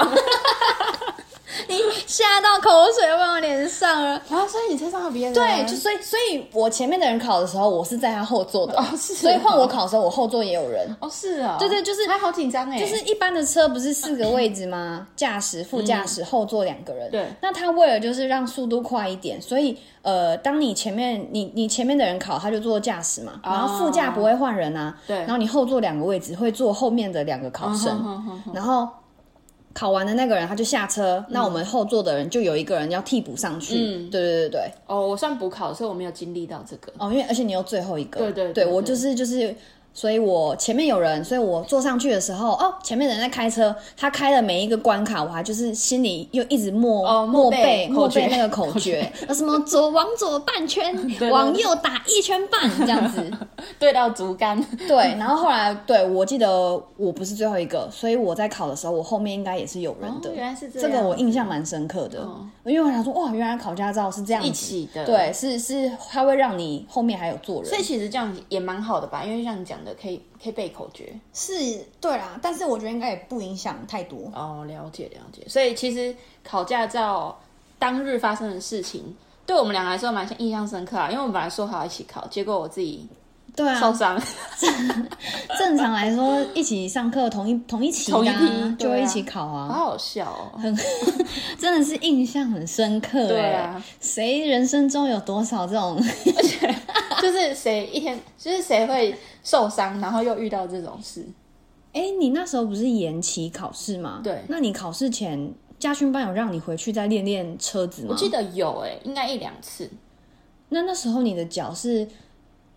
Speaker 3: (laughs) 你吓到口水喷我脸上了。
Speaker 1: 然后所以你车上有别人啊，
Speaker 3: 对，就所以所以我前面的人考的时候，我是在他后座的，
Speaker 1: 哦是哦
Speaker 3: 所以换我考的时候，我后座也有人。
Speaker 1: 哦是哦，
Speaker 3: 对对就是
Speaker 1: 还好紧张哎，
Speaker 3: 就是一般的车不是四个位置吗？驾驶、副驾驶、后座两个人。
Speaker 1: 嗯对
Speaker 3: 那他为了就是让速度快一点，所以呃，当你前面你你前面的人考，他就坐驾驶嘛，然后副驾不会换人啊。
Speaker 1: 啊对嗯
Speaker 3: 然后你后座两个位置会坐后面的两个考生，
Speaker 1: 哼哼哼
Speaker 3: 然后。考完的那个人他就下车，那我们后座的人就有一个人要替补上去。
Speaker 1: 嗯
Speaker 3: 对对对对，
Speaker 1: 哦，我算补考，所以我没有经历到这个。
Speaker 3: 哦，因为而且你又最后一个，
Speaker 1: 对对
Speaker 3: 对
Speaker 1: 对
Speaker 3: 我
Speaker 1: 对
Speaker 3: 就是就是，所以我前面有人，所以我坐上去的时候，哦，前面的人在开车，他开了每一个关卡，我还就是心里又一直默、
Speaker 1: 哦
Speaker 3: 默
Speaker 1: 默
Speaker 3: 背
Speaker 1: 背
Speaker 3: 默
Speaker 1: 口诀
Speaker 3: 背那个口诀，那什么左往左半圈，
Speaker 1: (laughs) 对
Speaker 3: 往右打一圈半这样子，
Speaker 1: 对到竹竿，
Speaker 3: 对。然后后来对我记得我不是最后一个，所以我在考的时候，我后面应该也是有人的，
Speaker 1: 哦原来是这
Speaker 3: 这个我
Speaker 1: 样哦
Speaker 3: 印象蛮深刻的，因为我想说哇，原来考驾照是这样子
Speaker 1: 一起的
Speaker 3: 对，是是，它会让你后面还有坐人
Speaker 1: 所。以其实这样也蛮好的吧，因为像你讲的，可以可以背口诀。
Speaker 3: 是对啦，但是我觉得应该也不影响太多。
Speaker 1: 哦，了解了解。所以其实考驾照当日发生的事情，对我们俩来说蛮印象深刻啊，因为我们本来说好一起考，结果我自己
Speaker 3: 对
Speaker 1: (laughs) 受伤。
Speaker 3: 啊，正常来说，一起上课同一同一期、啊、
Speaker 1: 同一批对
Speaker 3: 就会
Speaker 1: 啊
Speaker 3: 一起
Speaker 1: (laughs)
Speaker 3: 考
Speaker 1: 好
Speaker 3: 啊，
Speaker 1: 好笑 (laughs) 哦！
Speaker 3: 真的是印象很深刻、欸。
Speaker 1: 对啊，
Speaker 3: 谁人生中有多少这种？ (laughs)
Speaker 1: (laughs) 就是谁一天，就是谁会受伤，然后又遇到这种事。
Speaker 3: 哎、你那时候不是延期考试吗？
Speaker 1: 对
Speaker 3: 那你考试前家训班有让你回去再练练车子吗？
Speaker 1: 我记得有哎、应该一两次。
Speaker 3: 那那时候你的脚是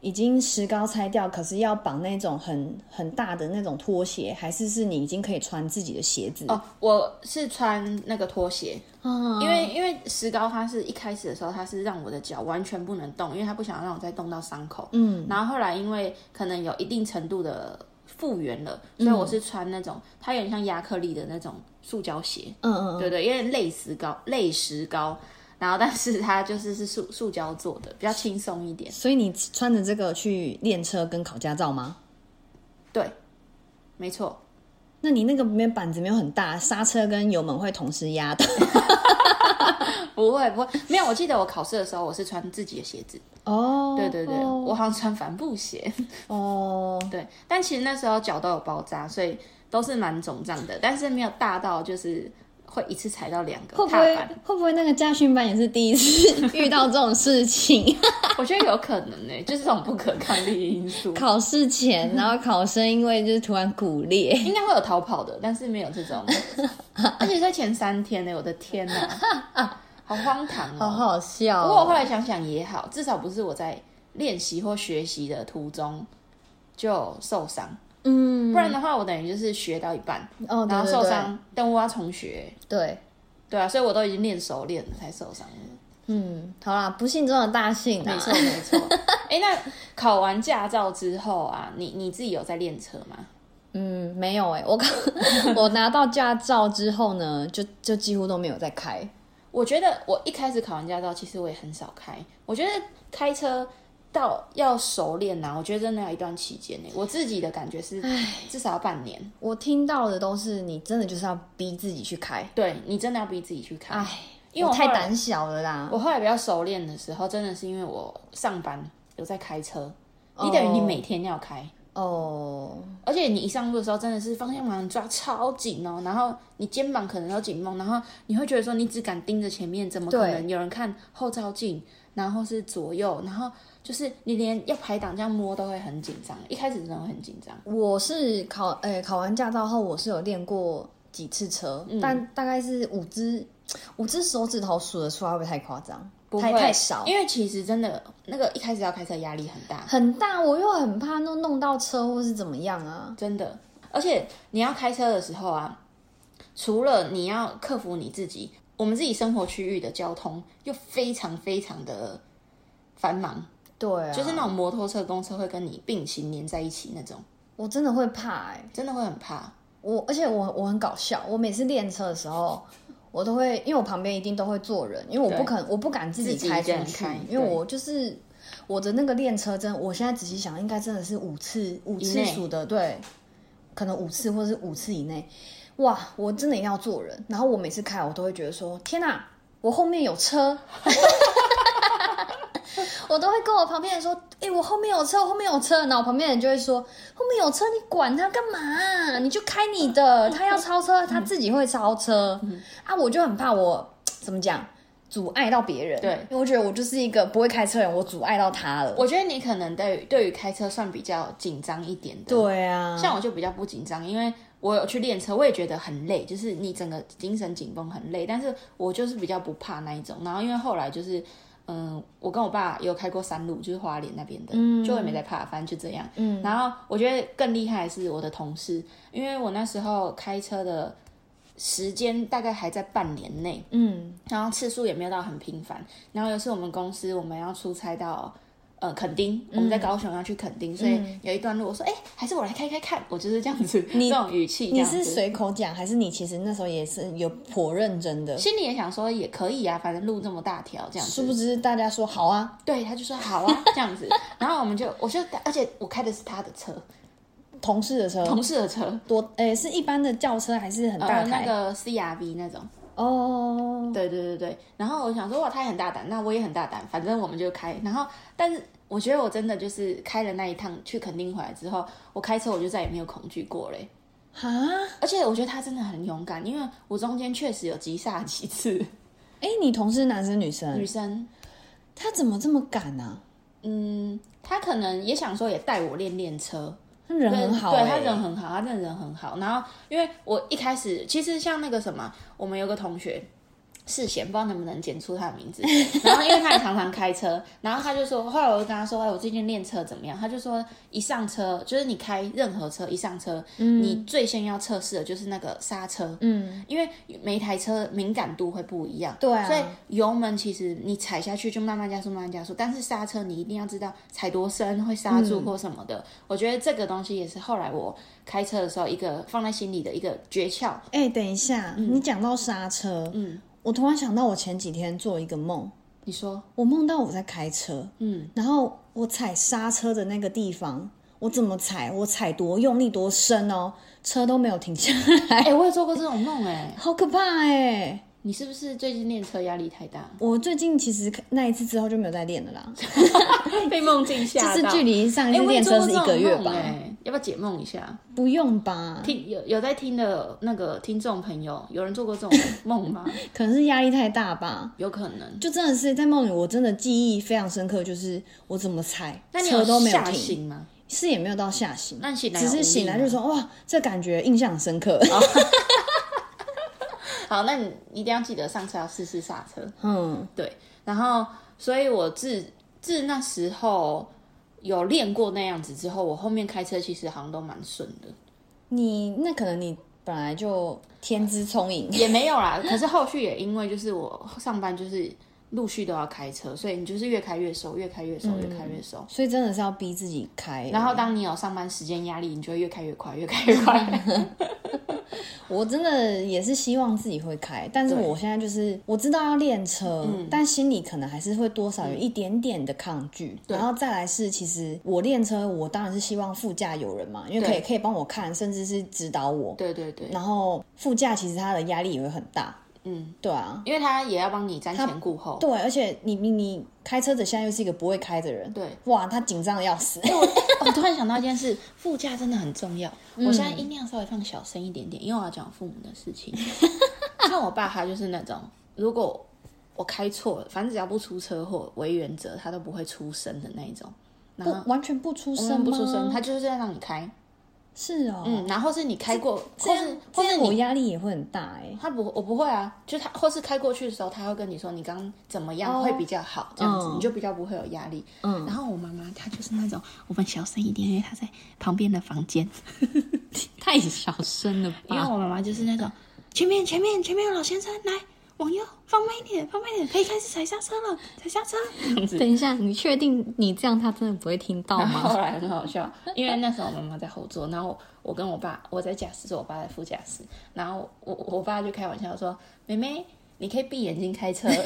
Speaker 3: 已经石膏拆掉，可是要绑那种很很大的那种拖鞋，还是是你已经可以穿自己的鞋子？
Speaker 1: 哦，我是穿那个拖鞋，
Speaker 3: 嗯
Speaker 1: 因为因为石膏它是一开始的时候，它是让我的脚完全不能动，因为它不想让我再动到伤口。嗯，然后后来因为可能有一定程度的复原了，所
Speaker 3: 嗯
Speaker 1: 以我是穿那种、它有点像亚克力的那种塑胶鞋，
Speaker 3: 嗯嗯嗯，
Speaker 1: 对对，有点类石膏，类石膏。然后，但是它就是是塑塑胶做的，比较轻松一点。
Speaker 3: 所以你穿着这个去练车跟考驾照吗？
Speaker 1: 对，没错。
Speaker 3: 那你那个没有板子没有很大，刹车跟油门会同时压到，
Speaker 1: 不会不会，没有。我记得我考试的时候，我是穿自己的鞋子。
Speaker 3: 哦，
Speaker 1: 对对对，我好像穿帆布鞋。
Speaker 3: 哦，
Speaker 1: 对，但其实那时候脚都有包扎，所以都是蛮肿胀的，但是没有大到就是会一次踩到两个
Speaker 3: 会不
Speaker 1: 踏
Speaker 3: 会
Speaker 1: 板。
Speaker 3: 会不会那个家训班也是第一次遇到这种事情？ (laughs)
Speaker 1: 我觉得有可能呢、就是这种不可抗力的因
Speaker 3: (laughs)
Speaker 1: 素，
Speaker 3: 考
Speaker 1: (laughs)
Speaker 3: 试前，然后考生因为就是突然骨裂，
Speaker 1: 应该会有逃跑的，但是没有这种。而且在前三天呢、我的天哪、好荒唐
Speaker 3: 好
Speaker 1: 哦、
Speaker 3: 好笑
Speaker 1: 不过我后
Speaker 3: 哦、
Speaker 1: 来想想也好，至少不是我在练习或学习的途中就受伤，
Speaker 3: 嗯，
Speaker 1: 不然的话我等于就是学到一半，
Speaker 3: 哦，
Speaker 1: 嗯
Speaker 3: 对
Speaker 1: 然后
Speaker 3: 对
Speaker 1: 受
Speaker 3: 对
Speaker 1: 伤，但我要重学，
Speaker 3: 对，
Speaker 1: 对啊，所以我都已经练熟练了才受伤的。
Speaker 3: 嗯，好啦，不幸中的大幸啊啦，
Speaker 1: 没错没错。 (laughs) 哎、那考完驾照之后啊，你你自己有在练车吗？
Speaker 3: 嗯，没有哎、我刚 (laughs) 我拿到驾照之后呢，就就几乎都没有再开，
Speaker 1: 我觉得我一开始考完驾照，其实我也很少开。我觉得开车到要熟练啊呐、我觉得真的要一段期间呢、欸我自己的感觉是至少要半年。
Speaker 3: 我听到的都是你真的就是要逼自己去开，
Speaker 1: 对你真的要逼自己去开。
Speaker 3: 哎，
Speaker 1: 因为
Speaker 3: 我
Speaker 1: 我
Speaker 3: 太
Speaker 1: 后来
Speaker 3: 胆小了啦，
Speaker 1: 我后来比较熟练的时候，真的是因为我上班有在开车，你等于你每天要开。
Speaker 3: 哦，
Speaker 1: 而且你一上路的时候，真的是方向盘抓超紧哦，然后你肩膀可能都紧绷，然后你会觉得说你只敢盯着前面，怎么可
Speaker 3: 对
Speaker 1: 能有人看后照镜，然后是左右，然后就是你连要排档这样摸都会很紧张，一开始真的会很紧张。
Speaker 3: 我是考诶、考完驾照后，我是有练过几次车，
Speaker 1: 嗯
Speaker 3: 但大概是五只五只手指头数得出来，会不会太夸张？太
Speaker 1: 会
Speaker 3: 太少，
Speaker 1: 因为其实真的那个一开始要开车压力很大，
Speaker 3: 很大，我又很怕弄弄到车或是怎么样啊。
Speaker 1: 真的。而且你要开车的时候啊，除了你要克服你自己，我们自己生活区域的交通又非常非常的繁忙。
Speaker 3: 对啊，
Speaker 1: 就是那种摩托车、公车会跟你并行连在一起那种，
Speaker 3: 我真的会怕哎、
Speaker 1: 真的会很怕。
Speaker 3: 我而且我我很搞笑，我每次练车的时候，我都会因为我旁边一定都会坐人，因为我不肯我不敢自
Speaker 1: 自己
Speaker 3: 己
Speaker 1: 一
Speaker 3: 开
Speaker 1: 个人
Speaker 3: 出去
Speaker 1: 开，
Speaker 3: 因为
Speaker 1: 对
Speaker 3: 我就是我的那个练车真的，我现在仔细想，应该真的是五次五次
Speaker 1: 内
Speaker 3: 数的，对，可能五次或是五次以内，哇，我真的一定要坐人，然后我每次开我都会觉得说，天哪、我后面有车。 (laughs) 我都会跟我旁边人说：“哎、我后面有车，我后面有车。”然后我旁边人就会说：“后面有车，你管他干嘛啊、你就开
Speaker 1: (laughs)
Speaker 3: 你的，他要超车，他自己会超车。
Speaker 1: 嗯
Speaker 3: 啊，我就很怕我怎么讲，阻碍到别人。
Speaker 1: 对
Speaker 3: 因为我觉得我就是一个不会开车的人，我阻碍到他了。
Speaker 1: 我觉得你可能对于对于开车算比较紧张一点的，，
Speaker 3: 对啊，
Speaker 1: 像我就比较不紧张，因为我有去练车，我也觉得很累，就是你整个精神紧绷很累，但是我就是比较不怕那一种。然后因为后来就是。嗯，我跟我爸有开过山路，就是花莲那边的，
Speaker 3: 嗯
Speaker 1: 就我也没在怕，反正就这样。嗯，然后我觉得更厉害的是我的同事，因为我那时候开车的时间大概还在半年内，
Speaker 3: 嗯，
Speaker 1: 然后次数也没有到很频繁。然后有一次我们公司我们要出差到呃垦丁，我
Speaker 3: 嗯
Speaker 1: 们在高雄要去垦丁，所以有一段路我说哎、还是我来开开看，我就是这样子这种语气，这
Speaker 3: 你
Speaker 1: 样子
Speaker 3: 是随口讲，还是你其实那时候也是有颇认真的？
Speaker 1: 心里也想说也可以啊，反正路这么大条这样
Speaker 3: 殊不
Speaker 1: 子。
Speaker 3: 知大家说好啊，
Speaker 1: 对，他就说好啊这样子，然后我们就我就而且我开的是他的车，
Speaker 3: 同事的车
Speaker 1: 同事的车。
Speaker 3: 多，哎、是一般的轿车还是很大
Speaker 1: 呃，那
Speaker 3: 台？
Speaker 1: 个 CRV 那种，
Speaker 3: 哦，
Speaker 1: 对对对对。然后我想说，哇，他也很大胆，那我也很大胆，反正我们就开。然后，但是我觉得我真的就是开了那一趟去垦丁回来之后，我开车我就再也没有恐惧过嘞。
Speaker 3: 哈，
Speaker 1: 而且我觉得他真的很勇敢，因为我中间确实有急刹几次。 (laughs)
Speaker 3: 哎、你同事男生女
Speaker 1: 女
Speaker 3: 生？
Speaker 1: 生，
Speaker 3: 他怎么这么敢啊？
Speaker 1: 嗯，他可能也想说也带我练练车，
Speaker 3: 他人很好、
Speaker 1: 对
Speaker 3: 欸，
Speaker 1: 他人很好，他真的人很好。然后因为我一开始其实像那个什么，我们有个同学。世贤不知道能不能剪出他的名字，然后因为他也常常开车，然后他就说，后来我就跟他说，哎，我最近练车怎么样？他就说，一上车就是你开任何车，一上车，
Speaker 3: 嗯
Speaker 1: 你最先要测试的就是那个刹车，嗯，因为每一台车敏感度会不一样，
Speaker 3: 对啊
Speaker 1: 所以油门其实你踩下去就慢慢加速，慢慢加速，但是刹车你一定要知道踩多深会刹住或什么的。
Speaker 3: 嗯
Speaker 1: 我觉得这个东西也是后来我开车的时候一个放在心里的一个诀窍。
Speaker 3: 哎、等一下，
Speaker 1: 嗯
Speaker 3: 你讲到刹车，嗯，我突然想到我前几天做一个梦，
Speaker 1: 你说，
Speaker 3: 我梦到我在开车，嗯，然后我踩刹车的那个地方，我怎么踩，我踩多用力多深哦，车都没有停下来，
Speaker 1: 嗯哎、我也做过这种梦哎、
Speaker 3: 好可怕哎、？
Speaker 1: 你是不是最近练车压力太大
Speaker 3: 我最近其实那一次之后就没有再练了啦，
Speaker 1: 被梦境吓
Speaker 3: 就是
Speaker 1: 到。
Speaker 3: 距离上一
Speaker 1: 哎，
Speaker 3: 次
Speaker 1: 我也
Speaker 3: 练
Speaker 1: 做
Speaker 3: 车
Speaker 1: 过
Speaker 3: 是
Speaker 1: 这
Speaker 3: 一
Speaker 1: 种
Speaker 3: 个月
Speaker 1: 梦
Speaker 3: 吧，
Speaker 1: 哎，要不要解梦一下？
Speaker 3: 不用吧？
Speaker 1: 听有有在听的那个听众朋友，有人做过这种梦
Speaker 3: (laughs)
Speaker 1: 吗？
Speaker 3: 可能是压力太大吧。
Speaker 1: 有可能。
Speaker 3: 就真的是在梦里，我真的记忆非常深刻，就是我怎么踩
Speaker 1: 那你
Speaker 3: 车都没有
Speaker 1: 吓
Speaker 3: 停，
Speaker 1: 醒吗？
Speaker 3: 是也没有到吓醒，
Speaker 1: 那你醒来
Speaker 3: 只
Speaker 1: 有无
Speaker 3: 是
Speaker 1: 力
Speaker 3: 醒来
Speaker 1: 吗哦
Speaker 3: 就说哇，这感觉印象很深刻。
Speaker 1: 好，那你一定要记得上车要试试刹车。
Speaker 3: (laughs) 嗯，
Speaker 1: 对，然后所以我自自那时候有练过那样子之后，我后面开车其实好像都蛮顺的，
Speaker 3: 你那可能你本来就天资聪颖，
Speaker 1: 也没有啦。可是后续也因为就是我上班就是陆续都要开车，所以你就是越开越熟，越开越熟，越开越熟。
Speaker 3: 所以真的是要逼自己开。
Speaker 1: 然后当你有上班时间压力，你就会越开越快，越开越快。
Speaker 3: 我真的也是希望自己会开，但是
Speaker 1: 对嗯
Speaker 3: 我现在就是我知道要练车，但心里可能还是会多少有一点点的抗拒。然后再来是，其实我练车，我当然是希望副驾有人嘛，因为可以
Speaker 1: 对
Speaker 3: 可以帮我看，甚至是指导我。
Speaker 1: (laughs) 对对对，
Speaker 3: 然后副驾其实他的压力也会很大，
Speaker 1: 嗯，
Speaker 3: 对啊，
Speaker 1: 因为他也要帮你瞻前顾后。
Speaker 3: 对，而且你你你开车的现在又是一个不会开的人，
Speaker 1: 对，
Speaker 3: 哇，他紧张的要死。
Speaker 1: 我突然想到一件事， (laughs) 副驾真的很重要。我现在
Speaker 3: 嗯
Speaker 1: 音量稍微放小声一点点，因为我要讲父母的事
Speaker 3: (laughs)
Speaker 1: 情。像我爸，他就是那种，如果我开错了，反正只要不出车祸，为原则他都不会出声的那一种。然
Speaker 3: 不
Speaker 1: 后
Speaker 3: 完全不出声吗，
Speaker 1: 不出声，他就是在让你开。
Speaker 3: 是哦，
Speaker 1: 嗯，然后是你开过，
Speaker 3: 这
Speaker 1: 或
Speaker 3: 样
Speaker 1: 是或
Speaker 3: 这
Speaker 1: 是
Speaker 3: 样我
Speaker 1: 你
Speaker 3: 压力也会很大哎、
Speaker 1: 他不，我不会啊，就他或是开过去的时候，他会跟你说你刚怎么样会比较好，这样子、
Speaker 3: 哦嗯
Speaker 1: 你就比较不会有压力。
Speaker 3: 嗯
Speaker 1: 然后我妈妈她就是那种，我们小声一点，因为她在旁边的房间。
Speaker 3: 太小声了
Speaker 1: 因为？我妈妈就是那种前面前面前面有老先生来往右放慢一点放慢一点，可以开始踩刹车了踩刹车。
Speaker 3: 等一下，你确定你这样他真的不会听到
Speaker 1: 然后
Speaker 3: (laughs)
Speaker 1: 后来很好笑，因为那时候我妈妈在后座，然后我跟我爸我在驾驶座，我爸在副驾驶，然后我我我爸就开玩笑说：“妹妹，你可以闭眼睛开车。 (laughs)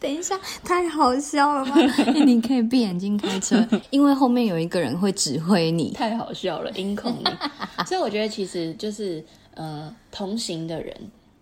Speaker 3: 等一下，太好笑 (laughs) 了吧？哎你可以闭眼睛开 (laughs) 车，因为后面有一个人会指挥”你。
Speaker 1: 太好笑了，音控 (laughs) 你。所以我觉得其实就是呃，同行的人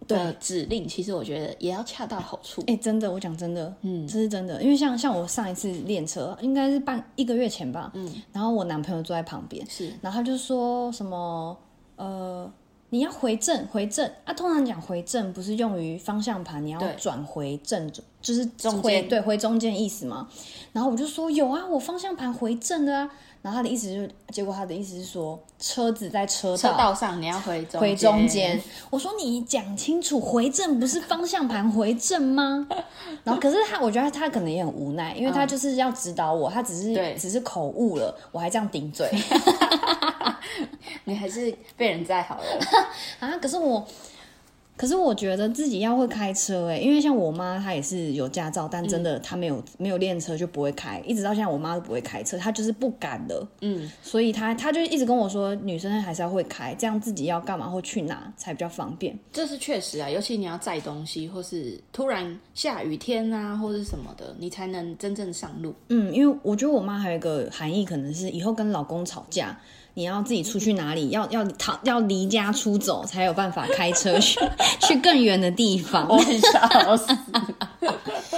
Speaker 1: 的指令，其实我觉得也要恰到好处。
Speaker 3: 哎、真的，我讲真的，
Speaker 1: 嗯
Speaker 3: 嗯，这是真的，因为像像我上一次练车，应该是半一个月前吧，嗯，然后我男朋友坐在旁边，
Speaker 1: 是
Speaker 3: 然后他就说什么，呃，你要回正，回正啊。通常讲回正不是用于方向盘，你要
Speaker 1: 对
Speaker 3: 转回正，就是
Speaker 1: 中
Speaker 3: 回
Speaker 1: 间
Speaker 3: 对回中间意思嘛。然后我就说有啊，我方向盘回正的啊。然后他的意思就是，结果他的意思是说车子在车道。
Speaker 1: 车道上你要哦回中
Speaker 3: 回中间，我说你讲清楚，回正不是方向盘回正吗？ (laughs) 然后可是他，我觉得他可能也很无奈，因为他就是要指导我，他只
Speaker 1: 嗯对
Speaker 3: 是只是口误了，我还这样顶嘴。
Speaker 1: 你还是被人载好 (laughs) 了。
Speaker 3: 啊，可是我，可是我觉得自己要会开车哎、因为像我妈她也是有驾照，但真的她没有、没有练车就不会开，一直到现在我妈都不会开车，她就是不敢了，
Speaker 1: 嗯，
Speaker 3: 所以她她就一直跟我说，女生还是要会开，这样自己要干嘛或去哪才比较方便。
Speaker 1: 这是确实啊，尤其你要载东西，或是突然下雨天啊，或是什么的，你才能真正上路。
Speaker 3: 嗯，因为我觉得我妈还有一个含义，可能是以后跟老公吵架。你要自己出去哪里？要要逃要离家出走，才有办法开车去 (laughs) 去更远的地方。
Speaker 1: 很笑死，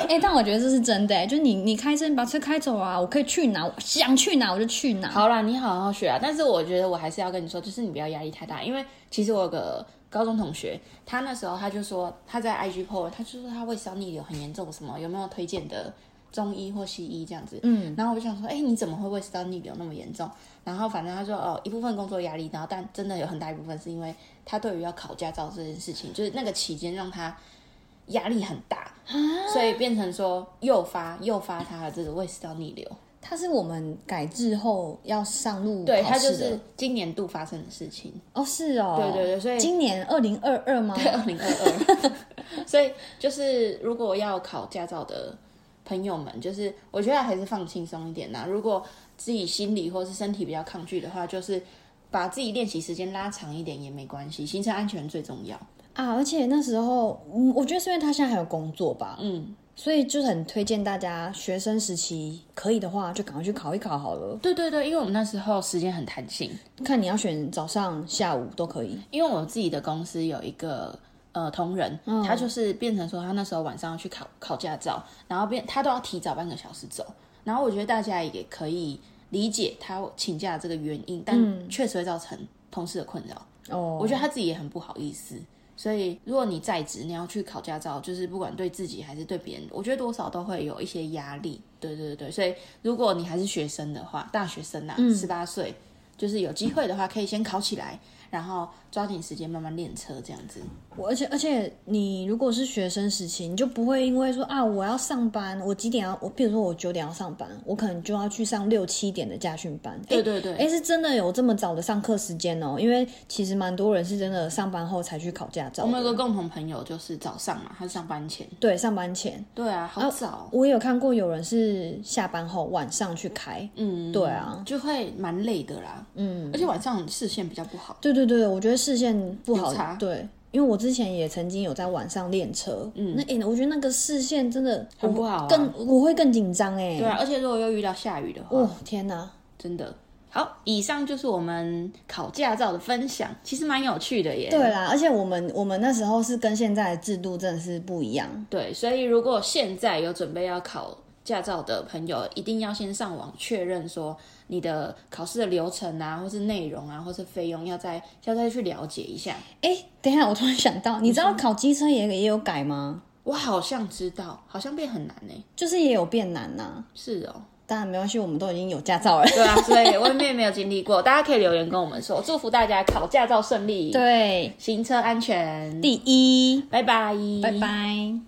Speaker 3: 哎、但我觉得这是真的、欸，就是你你开车，你把车开走啊，我可以去哪，我想去哪我就去哪。
Speaker 1: 好啦，你好好学啊。但是我觉得我还是要跟你说，就是你不要压力太大，因为其实我有个高中同学，他那时候他就说他在 IG po，文他就说他胃烧逆流很严重，什么有没有推荐的中医或西医这样子？嗯，然后我就想说，哎、你怎么会胃烧逆流那么严重？然后反正他说哦，一部分工作压力，然后但真的有很大一部分是因为他对于要考驾照这件事情，就是那个期间让他压力很大，所以变成说诱发诱发他的这个胃食道逆流。
Speaker 3: 它是我们改制后要上路
Speaker 1: 对，
Speaker 3: 考
Speaker 1: 它就
Speaker 3: 试的
Speaker 1: 是今年度发生的事情， (laughs)
Speaker 3: 哦，是哦，
Speaker 1: 对对对所以
Speaker 3: 今年二零二二吗？
Speaker 1: 二零二二。 (laughs) 所以就是如果要考驾照的朋友们，就是我觉得还是放轻松一点啦、如果自己心理或是身体比较抗拒的话，就是把自己练习时间拉长一点也没关系，行车安全最重要。
Speaker 3: 啊，而且那时候，嗯，我觉得是因为他现在还有工作吧，嗯，所以就是很推荐大家学生时期可以的话，就赶快去考一考好了。
Speaker 1: 对对对，因为我们那时候时间很弹性，
Speaker 3: 看你要选早上、下午都可以。
Speaker 1: 因为我自己的公司有一个呃同仁，他就是变成说他那时候晚上要去考考驾照，然后变他都要提早半个小时走。然后我觉得大家也可以理解他请假这个原因，但确实会造成同事的困扰。
Speaker 3: 哦，
Speaker 1: 我觉得他自己也很不好意思。所以，如果你在职，你要去考驾照，就是不管对自己还是对别人，我觉得多少都会有一些压力。对对对，所以如果你还是学生的话，大学生呐、啊，十八岁，就是有机会的话，可以先考起来，然后抓紧时间慢慢练车，这样子。
Speaker 3: 我而且而且，你如果是学生时期，你就不会因为说啊，我要上班，我几点要，我比如说我九点要上班，我可能就要去上六七点的家训班。
Speaker 1: 对对对
Speaker 3: 哎、诶是真的有这么早的上课时间哦，因为其实蛮多人是真的上班后才去考驾照的。
Speaker 1: 我们有个共同朋友，就是早上嘛，他是上班前。
Speaker 3: 对上班前，
Speaker 1: 对啊，好早，
Speaker 3: 我也有看过有人是下班后晚上去开。
Speaker 1: 嗯，
Speaker 3: 对啊，
Speaker 1: 就会蛮累的啦。嗯，而且晚上视线比较不好。
Speaker 3: 对对对，我觉得视线不
Speaker 1: 有差
Speaker 3: 好，对。因为我之前也曾经有在晚上练车，嗯，那哎、诶我觉得那个视线真的
Speaker 1: 很不好啊
Speaker 3: 更我会更紧张哎，
Speaker 1: 对啊，而且如果又遇到下雨的话，
Speaker 3: 哦天哪，
Speaker 1: 真的。好，以上就是我们考驾照的分享，其实蛮有趣的耶。
Speaker 3: 对啦，而且我们我们那时候是跟现在的制度真的是不一样，
Speaker 1: 对，所以如果现在有准备要考驾照的朋友，一定要先上网确认说你的考试的流程啊，或是内容啊，或是费用，要再要再去了解一下。
Speaker 3: 哎、等一下我突然想到，你知道考机车也也有改吗？
Speaker 1: 我好像知道，好像变很难呢。
Speaker 3: 就是也有变难呐、
Speaker 1: 是
Speaker 3: (laughs)
Speaker 1: 哦，
Speaker 3: 当然没关系，我们都已经有驾照 (laughs) 了，
Speaker 1: 对啊，所以我也没有经历过，大家可以留言跟我们说，祝福大家考驾照顺利，，
Speaker 3: 对，
Speaker 1: 行车安全，
Speaker 3: 第一，
Speaker 1: 拜拜，
Speaker 3: 拜。拜。